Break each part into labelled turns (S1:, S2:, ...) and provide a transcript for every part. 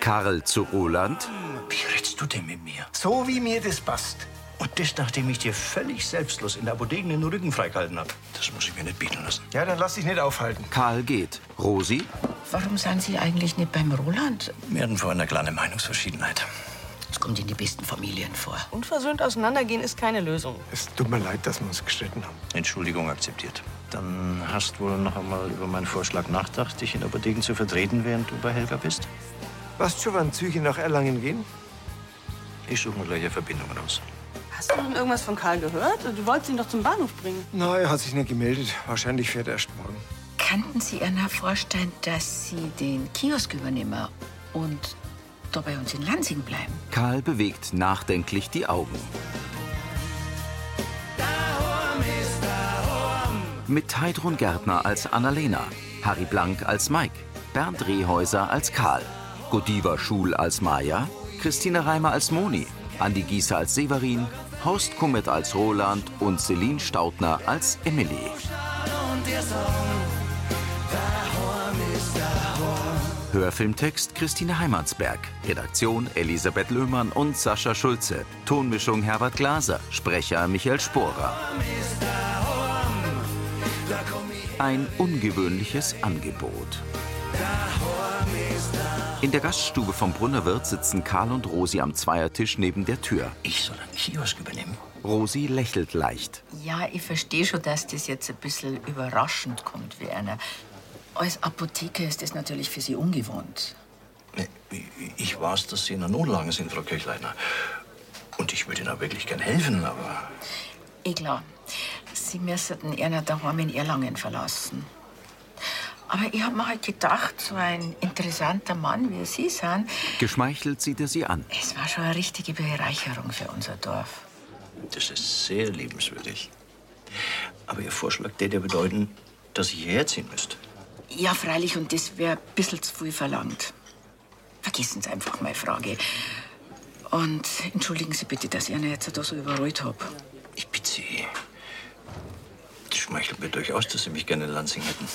S1: Karl zu Roland.
S2: Wie redst du denn mit mir? So wie mir das passt. Und das, nachdem ich dir völlig selbstlos in der Apotheke den Rücken freigehalten hab. Das muss ich mir nicht bieten lassen.
S3: Ja, dann lass dich nicht aufhalten.
S1: Karl geht. Rosi,
S4: Warum sind Sie eigentlich nicht beim Roland?
S2: Wir hatten vorhin eine kleine Meinungsverschiedenheit.
S4: Das kommt in die besten Familien vor.
S5: Unversöhnt auseinandergehen ist keine Lösung.
S3: Es tut mir leid, dass wir uns gestritten haben.
S2: Entschuldigung akzeptiert. Dann hast wohl noch einmal über meinen Vorschlag nachgedacht, dich in Apotheken zu vertreten, während du bei Helga bist?
S3: Weißt schon, wann Züge nach Erlangen gehen?
S2: Ich suche mir gleich eine Verbindung raus.
S5: Hast du noch irgendwas von Karl gehört? Du wolltest ihn doch zum Bahnhof bringen.
S3: Na, er hat sich nicht gemeldet. Wahrscheinlich fährt er erst morgen.
S4: Kannten Sie Anna vorstellen, dass Sie den Kiosk übernehmen und da bei uns in Lansing bleiben?
S1: Karl bewegt nachdenklich die Augen. Mit Heidrun Gärtner als Annalena, Harry Blank als Mike, Bernd Rehäuser als Karl, Godiva Schul als Maja, Christine Reimer als Moni, Andi Gieser als Severin, Horst Kummet als Roland und Celine Staudner als Emily. Hörfilmtext Christine Heimansberg, Redaktion Elisabeth Löhmann und Sascha Schulze, Tonmischung Herbert Glaser, Sprecher Michael Sporer. Ein ungewöhnliches Angebot. In der Gaststube vom Brunnerwirt sitzen Karl und Rosi am Zweiertisch neben der Tür.
S2: Ich soll einen Kiosk übernehmen?
S1: Rosi lächelt leicht.
S4: Ja, ich verstehe schon, dass das jetzt ein bisschen überraschend kommt, wie einer. Als Apotheker ist das natürlich für Sie ungewohnt.
S2: Nee, Ich weiß, dass Sie in einer Notlage sind, Frau Kirchleitner. Und ich würde Ihnen auch wirklich gern helfen, aber
S4: Eh klar, Sie müssten eher nicht daheim in Erlangen verlassen. Aber ich habe mir halt gedacht, so ein interessanter Mann wie Sie sind,
S1: Geschmeichelt sieht er sie an.
S4: es war schon eine richtige Bereicherung für unser Dorf.
S2: das ist sehr liebenswürdig. Aber Ihr Vorschlag täte bedeuten, dass ich hierher ziehen müsste.
S4: Ja, freilich, und das wäre ein bisschen zu viel verlangt. Vergessen Sie einfach meine Frage. Und entschuldigen Sie bitte, dass ich Ihnen jetzt da so überrollt habe.
S2: Ich bitte Sie. Es schmeichelt mir durchaus, dass Sie mich gerne in Lansing hätten.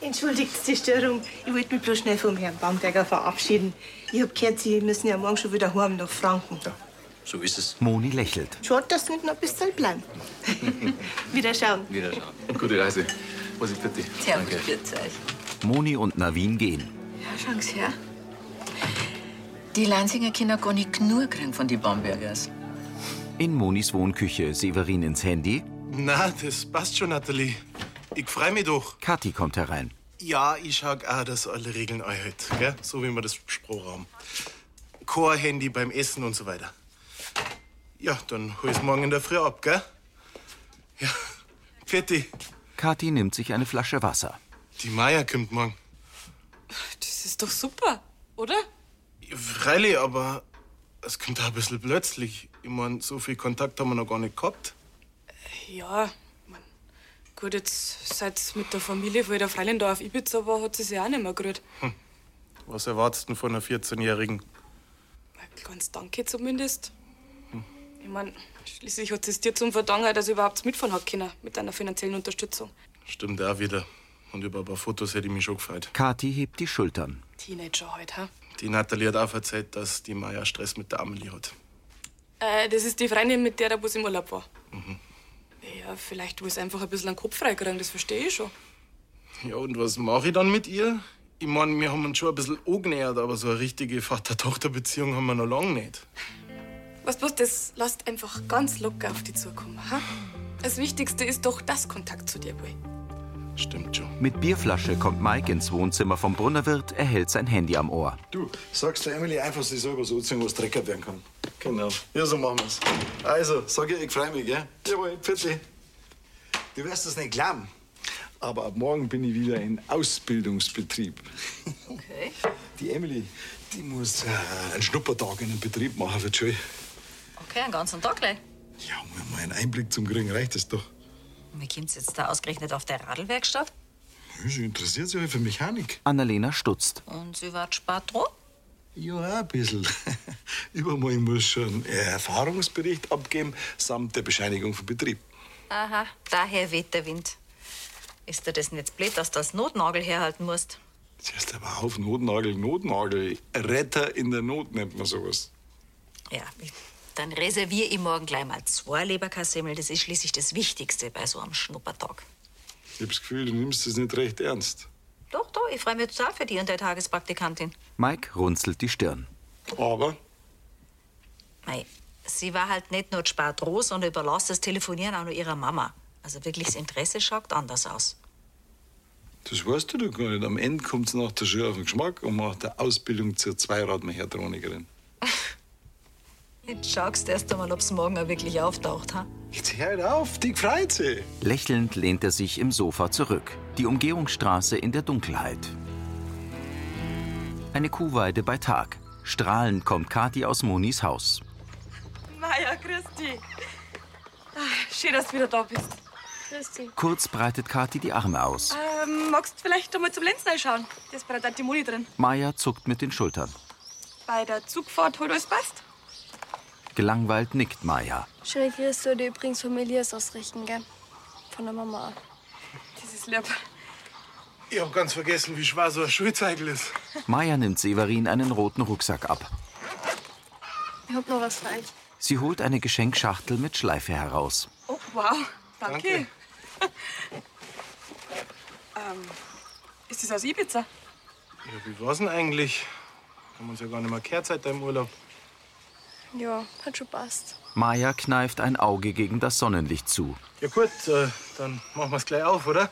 S6: Entschuldigt die Störung. Ich wollte mich bloß schnell vom Herrn Bamberger verabschieden. Ich hab gehört, Sie müssen ja morgen schon wieder heim nach Franken.
S2: So ist es.
S1: Moni lächelt.
S6: Schade, dass Sie nicht noch bis bisschen bleiben. Wiederschauen.
S2: Wiederschauen.
S7: Gute Reise. Was ist für dich?
S4: Servus, grüß euch.
S1: Moni und Navin gehen.
S4: Ja, schauen Sie her. Die Lansinger Kinder gar nicht genug kriegen von den Bambergers.
S1: In Monis Wohnküche Severin ins Handy.
S7: Na, das passt schon, Nathalie. Ich freu mich doch.
S1: Kathi kommt herein.
S7: Ja, ich schau auch, dass alle Regeln einhält, gell? So wie wir das besprochen haben. Kein Handy beim Essen und so weiter. Ja, dann hol's morgen in der Früh ab, gell? Ja, fertig.
S1: Kathi nimmt sich eine Flasche Wasser.
S7: Die Maya kommt morgen.
S5: Das ist doch super, oder?
S7: Freilich, aber es kommt auch ein bisschen plötzlich. Ich mein, so viel Kontakt haben wir noch gar nicht gehabt.
S5: Ja, man. Gut, jetzt seit mit der Familie von der Freundin da auf Ibiza war, hat sie sich auch nicht mehr gerührt.
S7: Was erwartest du von einer 14-Jährigen?
S5: Ganz danke zumindest. Ich meine, schließlich hat es dir zum Verdanken, dass ich überhaupt mitfahren hat können, mit deiner finanziellen Unterstützung.
S7: Stimmt auch wieder. Und über ein paar Fotos hätte ich mich schon gefreut.
S1: Kathi hebt die Schultern.
S5: Teenager heute, ha?
S7: Die Nathalie hat auch erzählt, dass die Maya Stress mit der Amelie hat.
S5: Äh, das ist die Freundin, mit der der Bus im Urlaub war. Ja, vielleicht muss einfach ein bisschen den Kopf freikriegen, das verstehe ich schon.
S7: Ja, und was mache ich dann mit ihr? Ich meine, wir haben uns schon ein bisschen angenähert, aber so eine richtige Vater-Tochter-Beziehung haben wir noch lange nicht.
S5: Weißt du was, das lasst einfach ganz locker auf die zukommen, ha? Das Wichtigste ist doch das Kontakt zu dir, Boy.
S7: Stimmt schon.
S1: Mit Bierflasche kommt Mike ins Wohnzimmer vom Brunnerwirt, er hält sein Handy am Ohr.
S8: Du, sagst der Emily einfach, sie soll was anziehen, was dreckig werden kann.
S7: Genau.
S8: Ja, so machen wir's. Also, sag ihr, ich freu mich, gell? Jawohl, pfiatli. Du wirst es nicht glauben, aber ab morgen bin ich wieder in Ausbildungsbetrieb.
S4: Okay.
S8: Die Emily, die muss äh, einen Schnuppertag in den Betrieb machen für die Schule.
S9: Okay, einen ganzen Tag gleich.
S8: Ja, um mal einen Einblick zum kriegen, reicht das doch.
S9: Und Wie kommt's jetzt da ausgerechnet auf der Radlwerkstatt?
S8: Sie interessiert sich halt für Mechanik.
S1: Annalena stutzt.
S9: Und sie wird spät dran?
S8: Ja, auch ein bisschen. Übermorgen muss schon ein Erfahrungsbericht abgeben, samt der Bescheinigung vom Betrieb.
S9: Aha, daher weht der Wind. Ist dir das nicht blöd, dass du das Notnagel herhalten musst?
S8: Zuerst aber auf Notnagel, Notnagel. Retter in der Not nennt man sowas.
S9: Ja, dann reserviere ich morgen gleich mal zwei Leberkassemmel. Das ist schließlich das Wichtigste bei so einem Schnuppertag.
S8: Ich hab das Gefühl, du nimmst das nicht recht ernst.
S9: Doch, doch, ich freue mich total für die und deine Tagespraktikantin.
S1: Mike runzelt die Stirn.
S8: Aber?
S9: Mei, sie war halt nicht nur Spadro, sondern überlass das Telefonieren auch nur ihrer Mama. Also wirklich, das Interesse schaut anders aus.
S8: Das weißt du doch gar nicht. Am Ende kommt es nach der Schule auf den Geschmack und nach der Ausbildung zur Zweiradmechatronikerin.
S9: Jetzt schaust du erst einmal, ob es morgen auch wirklich auftaucht. Ha?
S8: Jetzt hör halt auf, die freut sich.
S1: Lächelnd lehnt er sich im Sofa zurück. Die Umgehungsstraße in der Dunkelheit. Eine Kuhweide bei Tag. Strahlend kommt Kathi aus Monis Haus.
S5: Maja, grüß dich. Ah, Schön, dass du wieder da bist. Grüß dich.
S1: Kurz breitet Kathi die Arme aus.
S5: Ähm, magst du vielleicht einmal zum Lenz reinschauen? Da ist bei der Tante Moni drin.
S1: Maya zuckt mit den Schultern.
S5: Bei der Zugfahrt holt alles passt.
S1: Gelangweilt nickt Maya.
S10: Schöne Grüße würde ich übrigens von Elias ausrichten, gell? Von der Mama.
S5: Das ist lieb.
S7: Ich hab ganz vergessen, wie schwer so ein Schulzeigel ist.
S1: Maya nimmt Severin einen roten Rucksack ab.
S10: Ich hab noch was für euch.
S1: Sie holt eine Geschenkschachtel mit Schleife heraus.
S5: Oh, wow. Danke. ähm, ist das aus Ibiza?
S7: Ja, wie war's denn eigentlich? Haben uns ja gar nicht mehr gehört seit deinem Urlaub.
S10: Ja, hat schon passt.
S1: Maya kneift ein Auge gegen das Sonnenlicht zu.
S7: Ja gut, äh, dann machen wir's gleich auf, oder?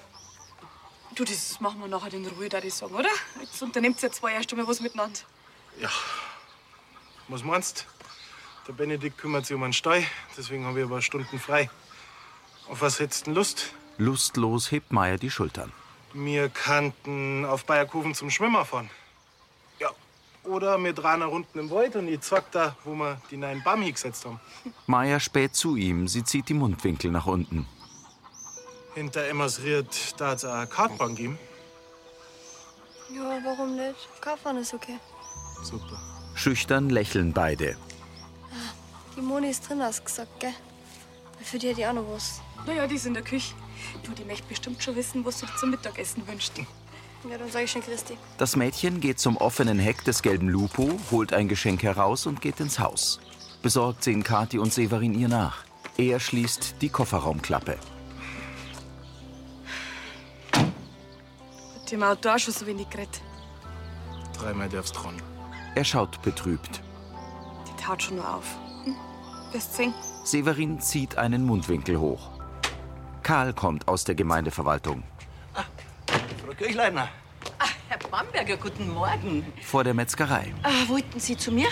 S5: Du, das machen wir nachher in Ruhe, da ich sagen, oder? Jetzt unternehmt ihr zwei erst einmal was miteinander.
S7: Ja. Was meinst? Der Benedikt kümmert sich um einen Stall, deswegen habe ich aber Stunden frei. Auf was hättest du denn Lust?
S1: Lustlos hebt Maya die Schultern.
S7: Wir kannten auf Bayerkofen zum Schwimmer fahren. Ja. Oder wir drehen eine Runden im Wald und ich zeig da, wo wir die neuen Bam hingesetzt haben.
S1: Maya späht zu ihm, sie zieht die Mundwinkel nach unten.
S7: Hinter Emmas Ried, da hat's eine Kartbahn gegeben.
S10: Ja, warum nicht? Kaufmann ist okay.
S7: Super.
S1: Schüchtern lächeln beide.
S10: Die Moni ist drin, hast du gesagt, gell? Für die hätte ich auch noch was.
S5: Naja, die ist in der Küche. Du, die möchte bestimmt schon wissen, was du dir zum Mittagessen wünschst.
S10: Ja, dann sag ich schon Christi.
S1: Das Mädchen geht zum offenen Heck des gelben Lupo, holt ein Geschenk heraus und geht ins Haus. Besorgt sehen Kathi und Severin ihr nach. Er schließt die Kofferraumklappe.
S5: Hat die im Auto auch schon so wenig geredet.
S7: Dreimal darfst dran.
S1: Er schaut betrübt.
S5: Die taut schon nur auf. Hm? Wirst sehen.
S1: Severin zieht einen Mundwinkel hoch. Karl kommt aus der Gemeindeverwaltung.
S2: Frau Kirchleitner.
S11: Herr Bamberger, guten Morgen.
S1: Vor der Metzgerei.
S11: Äh, wollten Sie zu mir?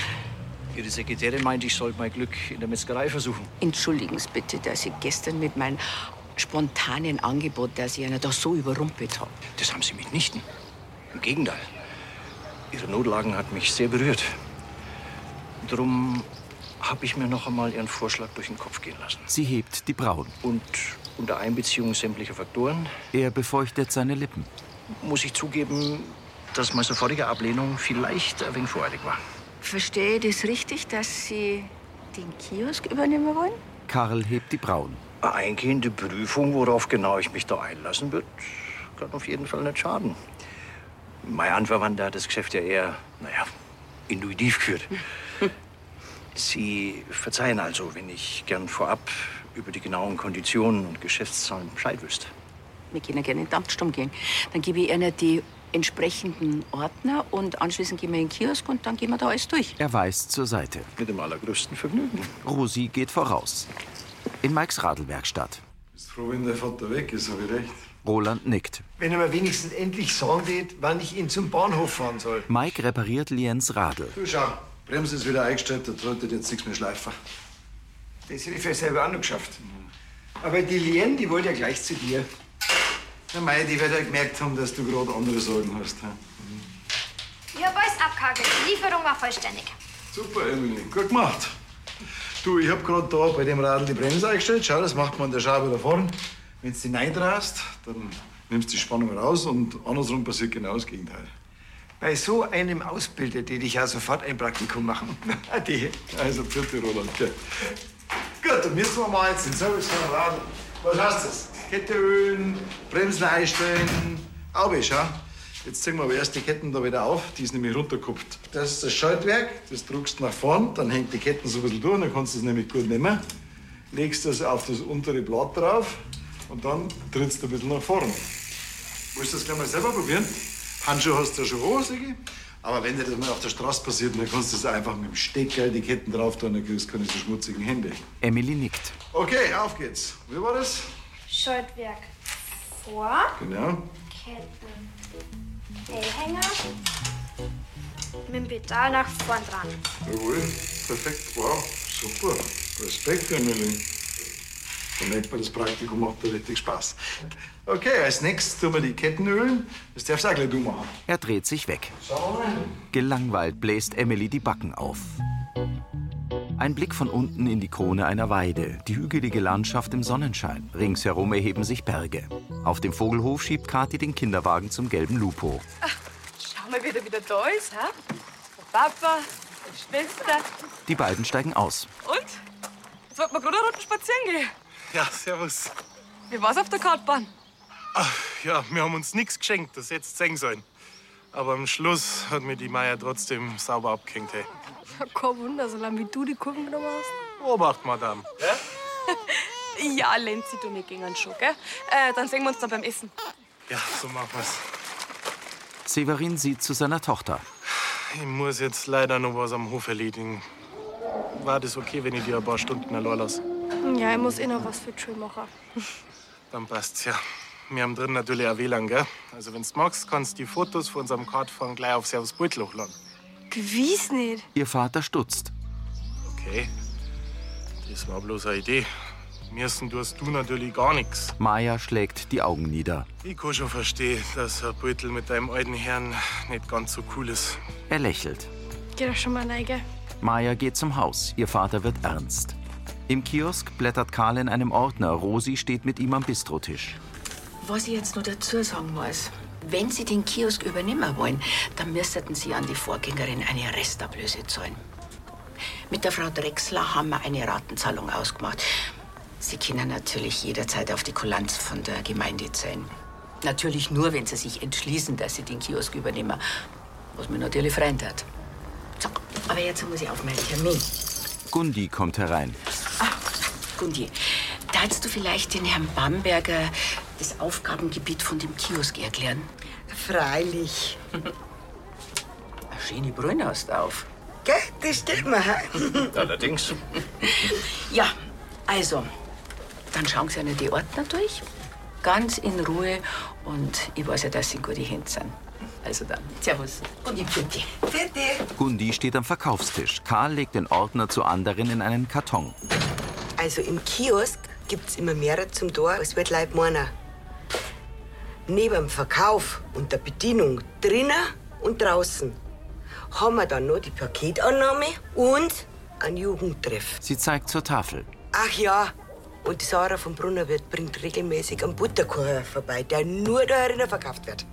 S2: Ihre Sekretärin meint, ich sollte mein Glück in der Metzgerei versuchen.
S11: Entschuldigen Sie bitte, dass ich gestern mit meinem spontanen Angebot, dass ich einer da so überrumpelt habe.
S2: Das haben Sie mitnichten. Im Gegenteil. Ihre Notlagen hat mich sehr berührt. Drum habe ich mir noch einmal Ihren Vorschlag durch den Kopf gehen lassen.
S1: Sie hebt die Brauen.
S2: Und unter Einbeziehung sämtlicher Faktoren
S1: Er befeuchtet seine Lippen.
S2: muss ich zugeben, dass meine sofortige Ablehnung vielleicht ein wenig voreilig war.
S11: Verstehe ich das richtig, dass Sie den Kiosk übernehmen wollen?
S1: Karl hebt die Brauen.
S2: Eine eingehende Prüfung, worauf genau ich mich da einlassen wird, kann auf jeden Fall nicht schaden. Mein Anverwandter hat das Geschäft ja eher, naja, intuitiv geführt. Sie verzeihen also, wenn ich gern vorab über die genauen Konditionen und Geschäftszahlen Bescheid wüsste.
S11: Wir können gerne in den Amtsturm gehen. Dann gebe ich Ihnen die entsprechenden Ordner und anschließend gehen wir in den Kiosk und dann gehen wir da alles durch.
S1: Er weist zur Seite.
S2: Mit dem allergrößten Vergnügen.
S1: Rosi geht voraus. In Mikes Radlwerkstatt.
S8: Bist froh, wenn der Vater weg ist, hab ich recht.
S1: Roland nickt.
S3: Wenn er mir wenigstens endlich sagen wird, wann ich ihn zum Bahnhof fahren soll.
S1: Mike repariert Liens Radl.
S8: Du schau, Bremse ist wieder eingestellt, da trottet jetzt nichts mehr schleifen.
S3: Das hätte ich vielleicht selber auch noch geschafft. Aber die Lien, die wollte ja gleich zu dir.
S8: Na mei, die wird ja gemerkt haben, dass du gerade andere Sorgen hast. He?
S12: Ich hab alles abgehakelt. Die Lieferung war vollständig.
S8: Super, Emily, gut gemacht. Du, ich hab grad da bei dem Radl die Bremse eingestellt. Schau, das macht man an der Schraube da vorne. Wenn du die reindrast, dann nimmst du die Spannung raus und andersrum passiert genau das Gegenteil.
S3: Bei so einem Ausbilder, die dich ja sofort ein Praktikum machen. Ade.
S8: Also, bitte, Roland. Gell. Gut, dann müssen wir mal jetzt den Service von der Radl. Was heißt das? Kette ölen, Bremsen einstellen. Aber schau, Jetzt ziehen wir aber erst die Ketten da wieder auf, die ist nämlich runtergekupft. Das ist das Schaltwerk, das drückst nach vorn, dann hängt die Ketten so ein bisschen durch, dann kannst du es nämlich gut nehmen. Legst das auf das untere Blatt drauf und dann trittst du ein bisschen nach vorn. Willst du das gleich mal selber probieren? Handschuhe hast du ja schon an, sag ich. Aber wenn dir das mal auf der Straße passiert, dann kannst du das einfach mit dem Stecker die Ketten drauf tun, dann kriegst du keine so schmutzigen Hände.
S1: Emily nickt.
S8: Okay, auf geht's. Wie war das?
S12: Schaltwerk vor.
S8: Genau.
S12: Ketten. Hellhänger. Mit dem Pedal nach vorn dran.
S8: Jawohl, perfekt, wow, super. Respekt, Emily. Da merkt man, das Praktikum macht da richtig Spaß. Okay, als nächstes tun wir die Ketten ölen. Das darfst du auch gleich du machen.
S1: Er dreht sich weg.
S8: Schauen wir mal.
S1: Gelangweilt bläst Emily die Backen auf. Ein Blick von unten in die Krone einer Weide, die hügelige Landschaft im Sonnenschein. Ringsherum erheben sich Berge. Auf dem Vogelhof schiebt Kathi den Kinderwagen zum gelben Lupo.
S5: Schau mal, wer da wieder da ist, hä? Der Papa, die Schwester.
S1: Die beiden steigen aus.
S5: Und? Jetzt wollten wir gerade eine Runde spazieren gehen.
S7: Ja, servus.
S5: Wie war's auf der Kartbahn?
S7: Ja, wir haben uns nichts geschenkt, das jetzt sehen sollen. Aber am Schluss hat mir die Meier trotzdem sauber abgehängt. Hey.
S13: Ja, kein Wunder, solange wie du die Kurven genommen hast.
S7: Obacht, Madame.
S5: Ja, Lenzi, du, wir gehen schon, gell? Äh, dann sehen wir uns dann beim Essen.
S7: Ja, so machen wir's.
S1: Severin sieht zu seiner Tochter.
S7: Ich muss jetzt leider noch was am Hof erledigen. War das okay, wenn ich dir ein paar Stunden allein lasse?
S13: Ja, ich muss eh noch was für die Schule machen.
S7: Dann passt's ja. Wir haben drin natürlich auch WLAN, gell? Also, wenn's magst, kannst du die Fotos von unserem Kartfahren gleich auf Servus Beutel hochladen.
S13: Gewiss nicht.
S1: Ihr Vater stutzt.
S7: Okay. Das war bloß eine Idee. Müssen tust du natürlich gar nichts.
S1: Maya schlägt die Augen nieder.
S7: Ich kann schon verstehen, dass ein Beutel mit deinem alten Herrn nicht ganz so cool ist.
S1: Er lächelt.
S13: Geh doch schon mal rein, gell?
S1: Maya geht zum Haus. Ihr Vater wird ernst. Im Kiosk blättert Karl in einem Ordner. Rosi steht mit ihm am Bistrotisch.
S4: Was ich jetzt nur dazu sagen muss, wenn Sie den Kiosk übernehmen wollen, dann müssten Sie an die Vorgängerin eine Restablöse zahlen. Mit der Frau Drechsler haben wir eine Ratenzahlung ausgemacht. Sie können natürlich jederzeit auf die Kulanz von der Gemeinde zählen. Natürlich nur, wenn Sie sich entschließen, dass Sie den Kiosk übernehmen. Was mir natürlich freund hat. So, aber jetzt muss ich auf meinen Termin.
S1: Gundi kommt herein.
S4: Gundi, darfst du vielleicht den Herrn Bamberger das Aufgabengebiet von dem Kiosk erklären?
S14: Freilich.
S4: Eine schöne Brille hast du auf.
S14: Gell, das steht mir. he?
S2: Allerdings.
S4: Ja, also, dann schauen Sie eine die Ordner durch. Ganz in Ruhe. Und ich weiß ja, dass Sie in gute Hände sind. Also dann, Servus. Gundi, Gundi.
S1: Gundi steht am Verkaufstisch. Karl legt den Ordner zu anderen in einen Karton.
S14: Also im Kiosk gibt's immer mehr zum Tor, als wird Leib meiner. Neben dem Verkauf und der Bedienung drinnen und draußen haben wir dann noch die Paketannahme und ein Jugendtreff.
S1: Sie zeigt zur Tafel.
S14: Ach ja, und die Sarah vom Brunnerwirt bringt regelmäßig einen Butterkuchen vorbei, der nur da drinnen verkauft wird.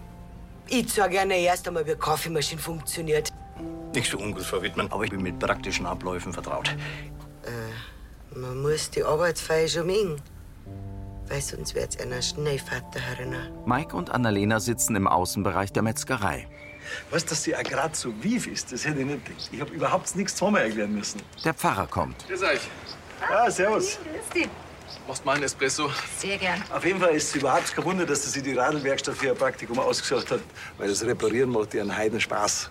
S14: Ich zeige Ihnen erst einmal, wie eine Kaffeemaschine funktioniert.
S2: Nicht so ungut, Frau Wittmann, aber ich bin mit praktischen Abläufen vertraut.
S14: Äh, Man muss die Arbeitsfeier schon mögen, weil sonst wird's einer schnell Vater erinnern.
S1: Mike und Annalena sitzen im Außenbereich der Metzgerei.
S8: Was, dass die auch gerade so wief ist, das hätte ich nicht gedacht. Ich habe überhaupt nichts zweimal erklären müssen.
S1: Der Pfarrer kommt.
S15: Grüß euch.
S8: Ah, servus.
S15: Machst mal einen Espresso?
S9: Sehr gern.
S8: Auf jeden Fall ist es überhaupt kein Wunder, dass sie sich die Radlwerkstatt für ihr Praktikum ausgesucht hat, weil das Reparieren macht ihren Heiden Spaß.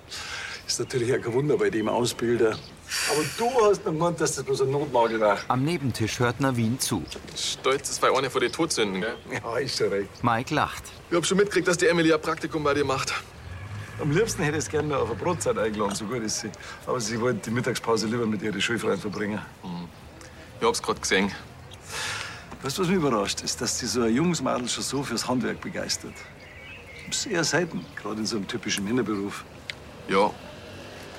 S8: Ist natürlich auch kein Wunder bei dem Ausbilder. Aber du hast noch gemeint, dass das bloß ein Notnagel war.
S1: Am Nebentisch hört Navin zu.
S15: Stolz ist, weil eine vor dir tot sind, gell?
S8: Ja, ist schon recht.
S1: Mike lacht.
S15: Ich hab schon mitgekriegt, dass die Emily ein Praktikum bei dir macht.
S8: Am liebsten hätte ich es gerne noch auf eine Brotzeit eingeladen, so gut ist sie. Aber sie wollte die Mittagspause lieber mit ihren Schulfreunden verbringen.
S15: Ich hab's grad gesehen.
S8: Weißt du, was mich überrascht, ist, dass sie so ein junges Mädel schon so fürs Handwerk begeistert. Sehr selten, gerade in so einem typischen Männerberuf.
S15: Ja.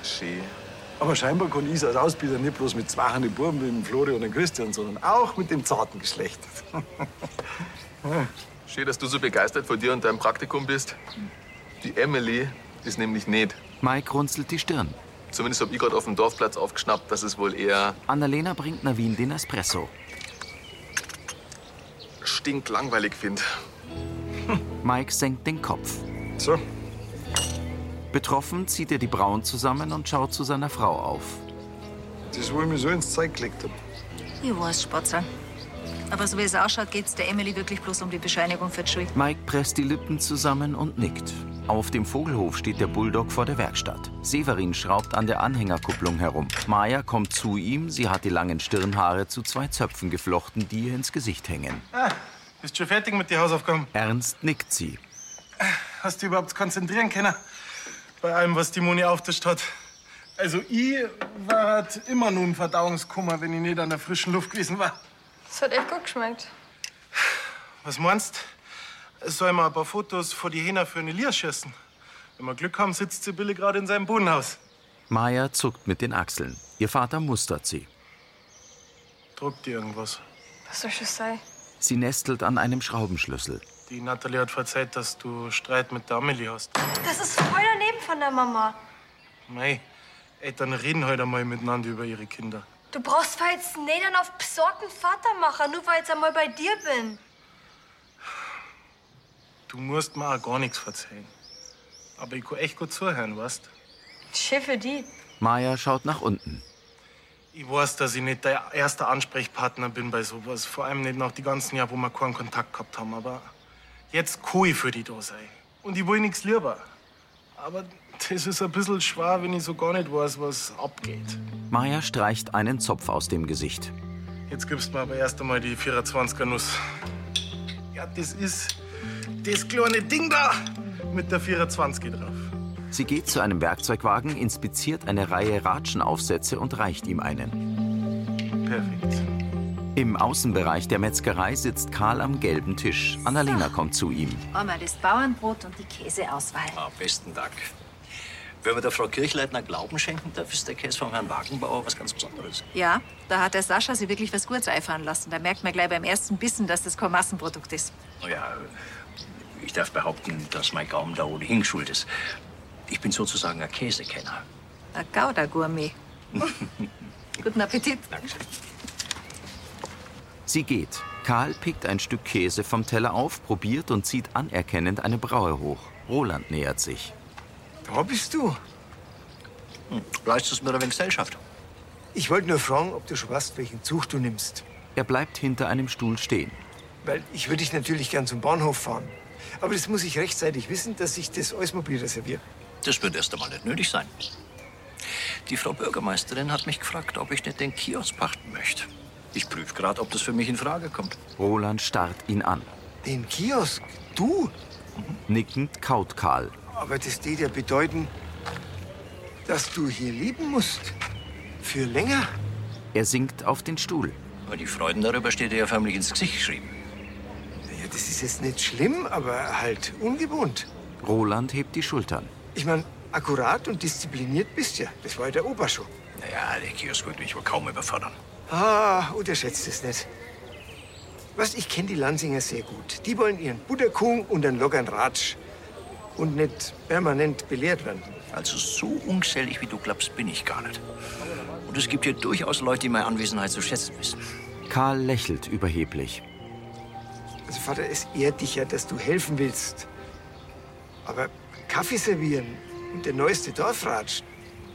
S15: Schön.
S8: Aber scheinbar kann ich als Ausbilder nicht bloß mit zwei Hände Buben wie dem Florian und dem Christian, sondern auch mit dem zarten Geschlecht.
S15: Schön, dass du so begeistert von dir und deinem Praktikum bist. Die Emily ist nämlich nicht.
S1: Mike runzelt die Stirn.
S15: Zumindest hab ich grad auf dem Dorfplatz aufgeschnappt, dass es wohl eher
S1: Annalena bringt Navin den Espresso.
S15: stinklangweilig find.
S8: Hm.
S1: Mike senkt den Kopf.
S8: So,
S1: Betroffen zieht er die Brauen zusammen und schaut zu seiner Frau auf.
S8: Das, wo ich mir so ins Zeug gelegt habe.
S9: Ich weiß, Spatzer. Aber so wie es ausschaut, geht's der Emily wirklich bloß um die Bescheinigung für die Schuld.
S1: Mike presst die Lippen zusammen und nickt. Auf dem Vogelhof steht der Bulldog vor der Werkstatt. Severin schraubt an der Anhängerkupplung herum. Maya kommt zu ihm, sie hat die langen Stirnhaare zu zwei Zöpfen geflochten, die ihr ins Gesicht hängen.
S7: Ah, bist schon fertig mit den Hausaufgaben?
S1: Ernst nickt sie.
S7: Hast du überhaupt konzentrieren können? Bei allem, was die Moni auftischt hat. Also, ich war halt immer nur im Verdauungskummer, wenn ich nicht an der frischen Luft gewesen war.
S13: Das hat echt gut geschmeckt.
S7: Was meinst Soll mal ein paar Fotos vor die Hähner für eine Lier schießen? Wenn wir Glück haben, sitzt Sibylle gerade in seinem Bodenhaus.
S1: Maya zuckt mit den Achseln. Ihr Vater mustert sie.
S7: Druckt dir irgendwas.
S13: Was soll das sein?
S1: Sie nestelt an einem Schraubenschlüssel.
S7: Die Natalie hat verzeiht, dass du Streit mit der Amelie hast.
S13: Das ist voll daneben von der Mama.
S7: Mei, Eltern reden heute mal miteinander über ihre Kinder.
S13: Du brauchst zwar jetzt nicht dann auf besorgten Vatermacher, nur weil ich jetzt einmal bei dir bin.
S7: Du musst mir auch gar nichts verzeihen. Aber ich kann echt gut zuhören, weißt
S13: Schiffe die.
S1: Maya schaut nach unten.
S7: Ich weiß, dass ich nicht der erste Ansprechpartner bin bei sowas. Vor allem nicht nach die ganzen Jahren, wo wir keinen Kontakt gehabt haben. Aber jetzt kann ich für die da sein. Und ich will nichts lieber. Aber das ist ein bisschen schwer, wenn ich so gar nicht weiß, was abgeht.
S1: Maya streicht einen Zopf aus dem Gesicht.
S7: Jetzt gibst mir aber erst einmal die 24er Nuss. Ja, das ist das kleine Ding da mit der 24 drauf.
S1: Sie geht zu einem Werkzeugwagen, inspiziert eine Reihe Ratschenaufsätze und reicht ihm einen.
S7: Perfekt.
S1: Im Außenbereich der Metzgerei sitzt Karl am gelben Tisch. Annalena kommt zu ihm.
S16: Einmal das Bauernbrot und die Käseauswahl.
S2: Ah, besten Dank. Wenn wir der Frau Kirchleitner Glauben schenken darf, ist der Käse vom Herrn Wagenbauer was ganz Besonderes.
S9: Ja, da hat der Sascha sie wirklich was Gutes einfahren lassen. Da merkt man gleich beim ersten Bissen, dass das kein Massenprodukt ist.
S2: Naja, ich darf behaupten, dass mein Gaumen da ohnehin schuld ist. Ich bin sozusagen ein Käsekenner.
S9: Ein Gouda-Gourmet. Guten Appetit.
S1: Sie geht. Karl pickt ein Stück Käse vom Teller auf, probiert und zieht anerkennend eine Braue hoch. Roland nähert sich.
S3: Da bist du.
S2: Leistest du Hm. mir ein wenig Gesellschaft?
S3: Ich wollte nur fragen, ob du schon weißt, welchen Zug du nimmst.
S1: Er bleibt hinter einem Stuhl stehen.
S3: Weil ich würde dich natürlich gern zum Bahnhof fahren. Aber das muss ich rechtzeitig wissen, dass ich das Eusmobil reserviere.
S2: Das wird erst einmal nicht nötig sein. Die Frau Bürgermeisterin hat mich gefragt, ob ich nicht den Kiosk pachten möchte. Ich prüfe gerade, ob das für mich in Frage kommt.
S1: Roland starrt ihn an.
S3: Den Kiosk? Du?
S1: Nickend kaut Karl.
S3: Aber das geht ja bedeuten, dass du hier leben musst. Für länger.
S1: Er sinkt auf den Stuhl.
S2: Aber die Freuden darüber steht ihr ja förmlich ins Gesicht geschrieben.
S3: Ja, das ist jetzt nicht schlimm, aber halt ungewohnt.
S1: Roland hebt die Schultern.
S3: Ich meine, akkurat und diszipliniert bist ja. Das war ja der Opa schon.
S2: Naja, der Kiosk wird mich wohl kaum überfordern.
S3: Ah, unterschätzt es nicht. Was, ich kenne die Lansinger sehr gut. Die wollen ihren Butterkuchen und einen lockeren Ratsch. Und nicht permanent belehrt werden.
S2: Also so ungesellig, wie du glaubst, bin ich gar nicht. Und es gibt hier durchaus Leute, die meine Anwesenheit zu schätzen wissen.
S1: Karl lächelt überheblich.
S3: Also, Vater, es ehrt dich ja, dass du helfen willst. Aber Kaffee servieren und der neueste Dorfratsch,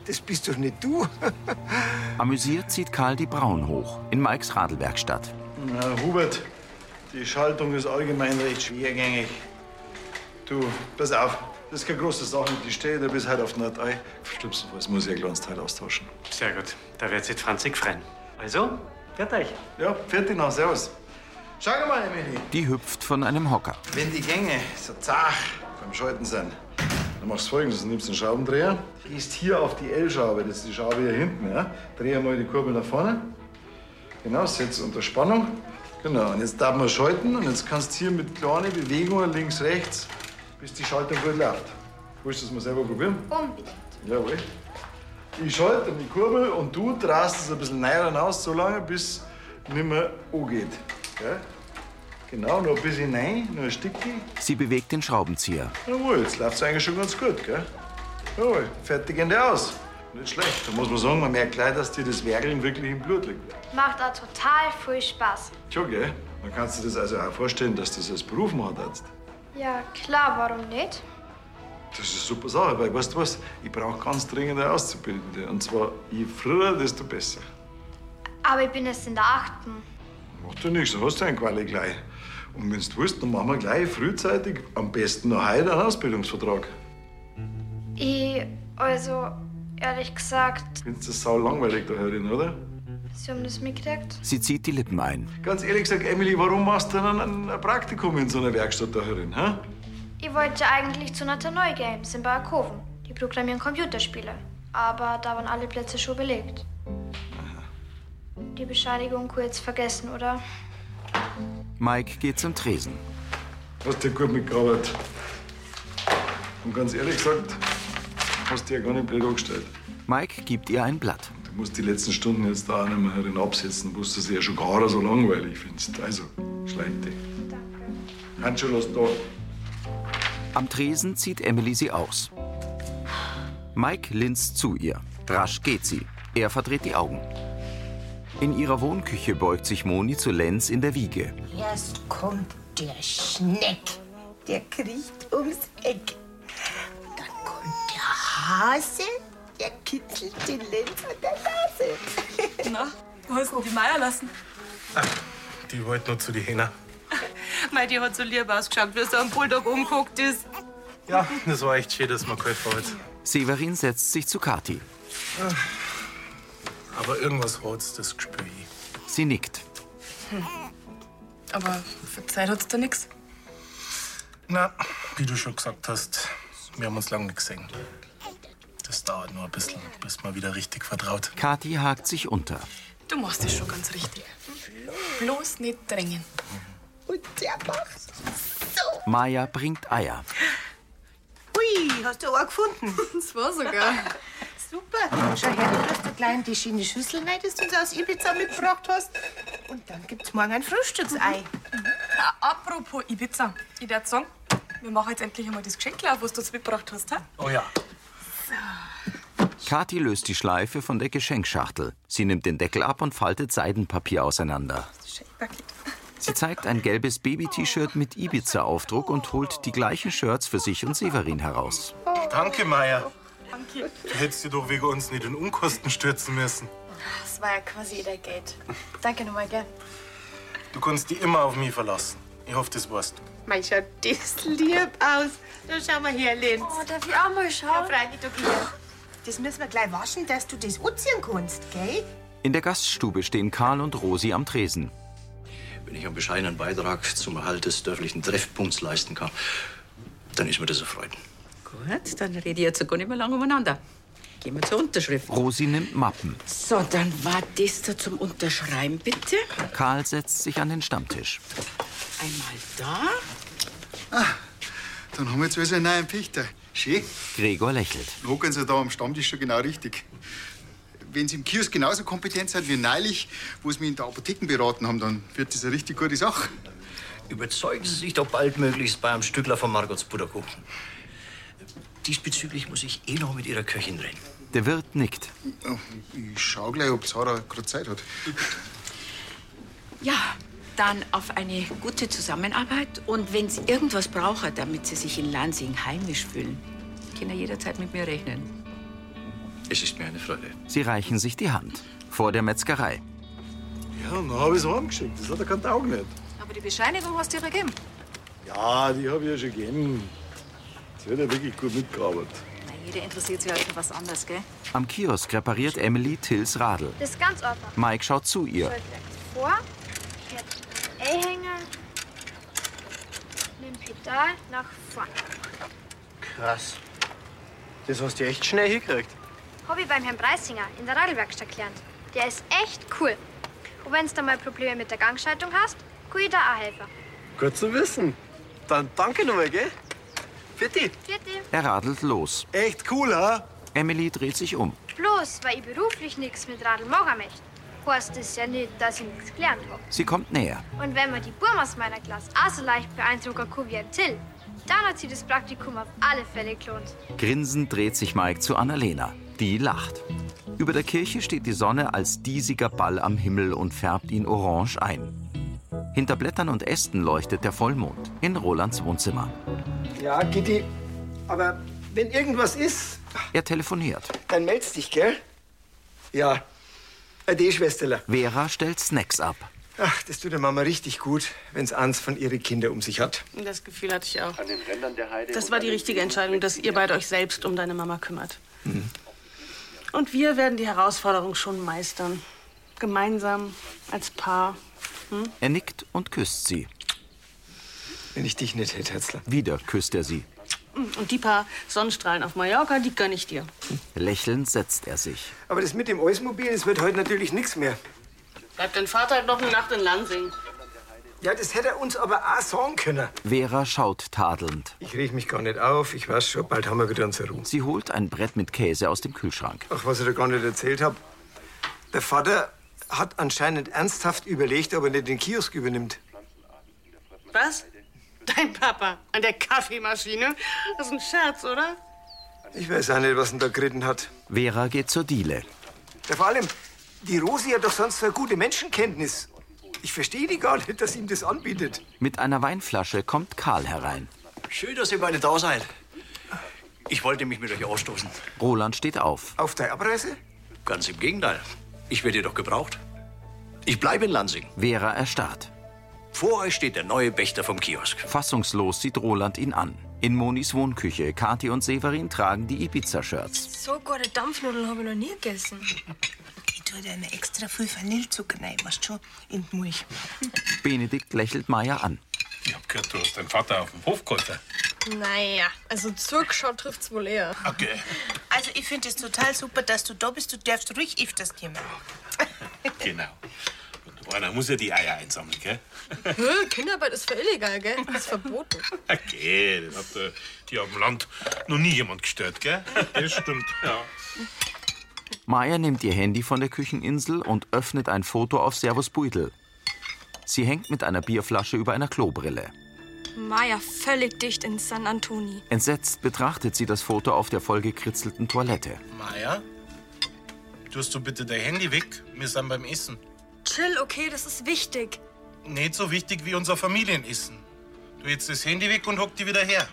S3: das bist doch nicht du.
S1: Amüsiert zieht Karl die Brauen hoch in Mikes Radlwerkstatt.
S7: Na, Hubert, die Schaltung ist allgemein recht schwergängig.
S8: Du, pass auf. Das ist keine große Sache. Die steht da bis heute auf Nordei. Schlimmstenfalls muss ich ein kleines Teil austauschen.
S17: Sehr gut, da wird sich Franzig freuen. Also, pfiat euch.
S8: Ja, fertig noch. Servus. Schau mal, Emily.
S1: Die hüpft von einem Hocker.
S8: Wenn die Gänge so zach beim Schalten sind, dann machst du folgendes. Du nimmst den Schraubendreher, gehst hier auf die L-Schraube, das ist die Schraube hier hinten, ja? dreh mal die Kurbel nach vorne. Genau, setz unter Spannung. Genau, und jetzt darf man schalten und jetzt kannst du hier mit kleinen Bewegungen links, rechts, bis die Schaltung gut läuft. Willst du das mal selber probieren?
S13: Unbedingt.
S8: Jawohl. Ich schalte in die Kurbel und du drast es ein bisschen näher hinaus, so lange, bis es nicht mehr angeht. Gell? Genau, noch ein bisschen rein, noch ein Stückchen.
S1: Sie bewegt den Schraubenzieher.
S8: Jawohl, jetzt läuft es eigentlich schon ganz gut, gell? Jawohl, fertig in der aus. Nicht schlecht. Da muss man sagen, man merkt gleich, dass dir das Werkeln wirklich im Blut liegt.
S13: Macht auch total viel Spaß.
S8: Schon, gell? Dann kannst du dir das also auch vorstellen, dass du das als Beruf machen darfst.
S13: Ja, klar, warum nicht?
S8: Das ist eine super Sache, weil weißt du was? Ich brauche ganz dringend eine Auszubildende. Und zwar je früher, desto besser.
S12: Aber ich bin erst in der achten.
S8: Macht ja nichts, dann hast du einen Quali gleich. Und wenn du willst, dann machen wir gleich frühzeitig, am besten noch heute, einen Ausbildungsvertrag.
S12: Ich, also, ehrlich gesagt,
S8: Findest du das sau langweilig da herin, oder?
S12: Sie haben das mitgekriegt.
S1: Sie zieht die Lippen ein.
S8: Ganz ehrlich gesagt, Emily, warum machst du denn ein, ein Praktikum in so einer Werkstatt da herin? Hä?
S12: Ich wollte eigentlich zu Natanoi Games in Barakoven. Die programmieren Computerspiele. Aber da waren alle Plätze schon belegt. Die Bescheidigung kurz vergessen, oder?
S1: Mike geht zum Tresen.
S8: Hast dir gut mitgearbeitet. Und ganz ehrlich gesagt, hast du ja gar nicht blöd angestellt.
S1: Mike gibt ihr ein Blatt.
S8: Du musst die letzten Stunden jetzt da auch nicht mehr herin absetzen, wo du sie ja schon gar so langweilig findest. Also, schleim dich. Danke. Handschuhe lassen da.
S1: Am Tresen zieht Emily sie aus. Mike linst zu ihr. Rasch geht sie. Er verdreht die Augen. In ihrer Wohnküche beugt sich Moni zu Lenz in der Wiege.
S18: Erst kommt der Schneck, der kriecht ums Eck. Dann kommt der Hase, der kitzelt den Lenz an der Nase.
S5: Na, wo hast du die Meier lassen?
S7: Die wollte nur zu die Hähner.
S5: Mei, die hat so lieb ausgeschaut, wie sie am Bulldog umguckt ist.
S7: Ja, das war echt schön, dass man geholfen hat.
S1: Severin setzt sich zu Kathi.
S7: Aber irgendwas hat's, das gespür ich.
S1: Sie nickt.
S5: Hm. Aber für Zeit hat's da nix.
S7: Na, wie du schon gesagt hast, wir haben uns lange nicht gesehen. Das dauert nur ein bisschen, bis man wieder richtig vertraut.
S1: Kathi hakt sich unter.
S5: Du machst es schon ganz richtig. Bloß nicht drängen.
S18: Und der macht so.
S1: Maya bringt Eier.
S6: Ui, hast du auch gefunden? Das war sogar. Super. Schau her, du hast da gleich in die schöne Schüssel rein, das du uns aus Ibiza mitgebracht hast. Und dann gibt's morgen ein Frühstücksei.
S5: Ah, Apropos Ibiza. Ich darf sagen, wir machen jetzt endlich einmal das Geschenk auf, was du uns mitgebracht hast. He?
S7: Oh ja.
S1: Kathi löst die Schleife von der Geschenkschachtel. Sie nimmt den Deckel ab und faltet Seidenpapier auseinander. Sie zeigt ein gelbes Baby-T-Shirt mit Ibiza-Aufdruck und holt die gleichen Shirts für sich und Severin heraus.
S7: Danke, Meier.
S5: Danke.
S7: Du hättest dir doch wegen uns nicht in Unkosten stürzen müssen.
S13: Das war ja quasi jeder Geld. Danke nochmal, gell?
S7: Du kannst dich immer auf mich verlassen. Ich hoffe, das weißt du.
S6: Mei, schaut das lieb aus. Da schau mal her, Lenz. Oh, darf ich auch mal schauen? Ja, freilich doch hier. Das müssen wir gleich waschen, dass du das anziehen kannst, gell?
S1: In der Gaststube stehen Karl und Rosi am Tresen.
S2: Wenn ich einen bescheidenen Beitrag zum Erhalt des dörflichen Treffpunkts leisten kann, dann ist mir das eine Freude.
S11: Gut, dann rede ich jetzt gar nicht mehr lange umeinander. Gehen wir zur Unterschrift.
S1: Rosi nimmt Mappen.
S11: So, dann war das da zum Unterschreiben, bitte.
S1: Karl setzt sich an den Stammtisch.
S11: Einmal da.
S19: Dann haben wir jetzt also einen neuen Pächter. Schön.
S1: Gregor lächelt.
S19: Hocken Sie da am Stammtisch schon genau richtig. Wenn Sie im Kiosk genauso kompetent sind wie neulich, wo Sie mich in der Apotheke beraten haben, dann wird das eine richtig gute Sache.
S2: Überzeugen Sie sich doch baldmöglichst bei einem Stückler von Margots Butterkuchen. Diesbezüglich muss ich eh noch mit Ihrer Köchin reden.
S1: Der Wirt nickt.
S19: Ich schau gleich, ob Sarah gerade Zeit hat.
S11: Ja, dann auf eine gute Zusammenarbeit. Und wenn Sie irgendwas brauchen, damit Sie sich in Lansing heimisch fühlen, können Sie jederzeit mit mir rechnen.
S2: Es ist mir eine Freude.
S1: Sie reichen sich die Hand. Vor der Metzgerei.
S8: Ja, und dann habe ich es heimgeschickt. Das hat er kein Augen nicht.
S5: Aber die Bescheinigung hast du dir gegeben.
S8: Ja, die habe ich ja schon gegeben. Sie hat ja wirklich gut mitgearbeitet.
S16: Na, jeder interessiert sich halt für was anderes, gell?
S1: Am Kiosk repariert Emily Tills Radl.
S12: Das ist ganz ordentlich.
S1: Mike schaut zu ihr.
S12: Vor. Jetzt A-Hänger. Mit dem Pedal nach vorn.
S17: Krass. Das hast du echt schnell hingekriegt.
S12: Hobby beim Herrn Preisinger in der Radlwerkstatt gelernt. Der ist echt cool. Und wenn du mal Probleme mit der Gangschaltung hast, kann ich dir auch helfen.
S17: Gut zu wissen. Dann danke nochmal, gell? Fitti.
S12: Vierte.
S1: Er radelt los.
S17: Echt cool, ha?
S1: Emily dreht sich um.
S12: Bloß, weil ich beruflich nichts mit Radl machen möchte, heißt das ja nicht, dass ich nichts gelernt habe.
S1: Sie kommt näher.
S12: Und wenn man die Burm aus meiner Klasse auch so leicht beeindrucken kann wie ein Till, dann hat sich das Praktikum auf alle Fälle gelohnt.
S1: Grinsend dreht sich Mike zu Annalena. Die lacht. Über der Kirche steht die Sonne als diesiger Ball am Himmel und färbt ihn orange ein. Hinter Blättern und Ästen leuchtet der Vollmond in Rolands Wohnzimmer.
S17: Ja, Kitty. Aber
S3: Wenn irgendwas ist,
S1: Er telefoniert.
S3: dann meldst dich, gell? Ja. Ade, Schwesterle.
S1: Vera stellt Snacks ab.
S3: Ach, das tut der Mama richtig gut, wenn's eins von ihren Kindern um sich hat.
S20: Das Gefühl hatte ich auch. Das war die richtige Entscheidung, dass ihr beide euch selbst um deine Mama kümmert. Und wir werden die Herausforderung schon meistern. Gemeinsam, als Paar. Hm?
S1: Er nickt und küsst sie.
S3: Wenn ich dich nicht hätte, Herzler.
S1: Wieder küsst er sie.
S20: Und die paar Sonnenstrahlen auf Mallorca, die gönn ich dir.
S1: Lächelnd setzt er sich.
S3: Aber das mit dem Eusmobil, das wird heute natürlich nichts mehr.
S20: Bleibt dein Vater halt noch eine Nacht in Lansing.
S3: Ja, das hätte er uns aber auch sagen können.
S1: Vera schaut tadelnd.
S3: Ich reg mich gar nicht auf, ich weiß schon, bald haben wir wieder unsere Ruhe.
S1: Sie holt ein Brett mit Käse aus dem Kühlschrank.
S3: Ach, was ich da gar nicht erzählt habe. Der Vater hat anscheinend ernsthaft überlegt, ob er nicht den Kiosk übernimmt.
S20: Was? Dein Papa an der Kaffeemaschine? Das ist ein Scherz, oder?
S3: Ich weiß auch nicht, was ihn da geritten hat.
S1: Vera geht zur Diele.
S3: Ja, vor allem, die Rosi hat doch sonst so eine gute Menschenkenntnis. Ich verstehe die gar nicht, dass ihm das anbietet.
S1: Mit einer Weinflasche kommt Karl herein.
S2: Schön, dass ihr beide da seid. Ich wollte mich mit euch ausstoßen.
S1: Roland steht auf.
S3: Auf deine Abreise?
S2: Ganz im Gegenteil. Ich werde doch gebraucht. Ich bleibe in Lansing.
S1: Vera erstarrt.
S2: Vor euch steht der neue Pächter vom Kiosk.
S1: Fassungslos sieht Roland ihn an. In Monis Wohnküche. Kathi und Severin tragen die Ibiza-Shirts.
S10: So gute Dampfnudeln habe ich noch nie gegessen.
S6: Ich tue da immer extra viel Vanillezucker rein, weißt schon, in die Milch.
S1: Benedikt lächelt Maya an.
S21: Ich hab gehört, du hast deinen Vater auf dem Hof geholfen.
S6: Naja, also zugeschaut trifft's wohl eher.
S21: Okay.
S6: Also ich finde es total super, dass du da bist. Du darfst ruhig öfters kommen.
S21: Genau. Und einer muss ja die Eier einsammeln, gell?
S22: Hö, Kinderarbeit ist voll illegal, gell? Das ist verboten.
S21: Okay, das hat äh, die auf dem Land noch nie jemand gestört, gell? Das stimmt, ja.
S1: Maya nimmt ihr Handy von der Kücheninsel und öffnet ein Foto auf Servus Buidel. Sie hängt mit einer Bierflasche über einer Klobrille.
S10: Maya völlig dicht in San Antoni.
S1: Entsetzt betrachtet sie das Foto auf der vollgekritzelten Toilette.
S21: Maya, tust du bitte dein Handy weg? Wir sind beim Essen.
S10: Chill, okay, das ist wichtig.
S21: Nicht so wichtig wie unser Familienessen. Du jetzt das Handy weg und hock die wieder her.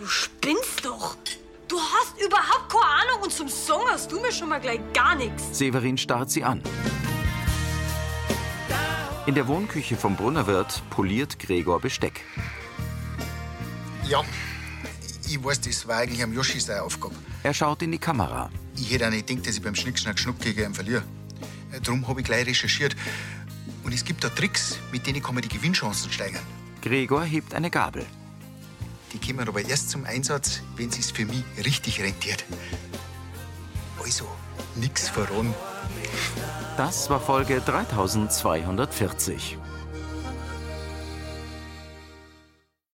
S22: Du spinnst doch! Du hast überhaupt keine Ahnung und zum Song hast du mir schon mal gleich gar nichts.
S1: Severin starrt sie an. In der Wohnküche vom Brunnerwirt poliert Gregor Besteck.
S23: Ja, ich weiß, das war eigentlich am Joschi seine Aufgabe.
S1: Er schaut in die Kamera.
S23: Ich hätte auch nicht gedacht, dass ich beim Schnickschnack Schnuck gegen ihn verliere. Äh, Drum habe ich gleich recherchiert. Und es gibt da Tricks, mit denen kann man die Gewinnchancen steigern.
S1: Gregor hebt eine Gabel.
S23: Die kommen aber erst zum Einsatz, wenn es für mich richtig rentiert. Also, nix verloren.
S1: Das war Folge 3240.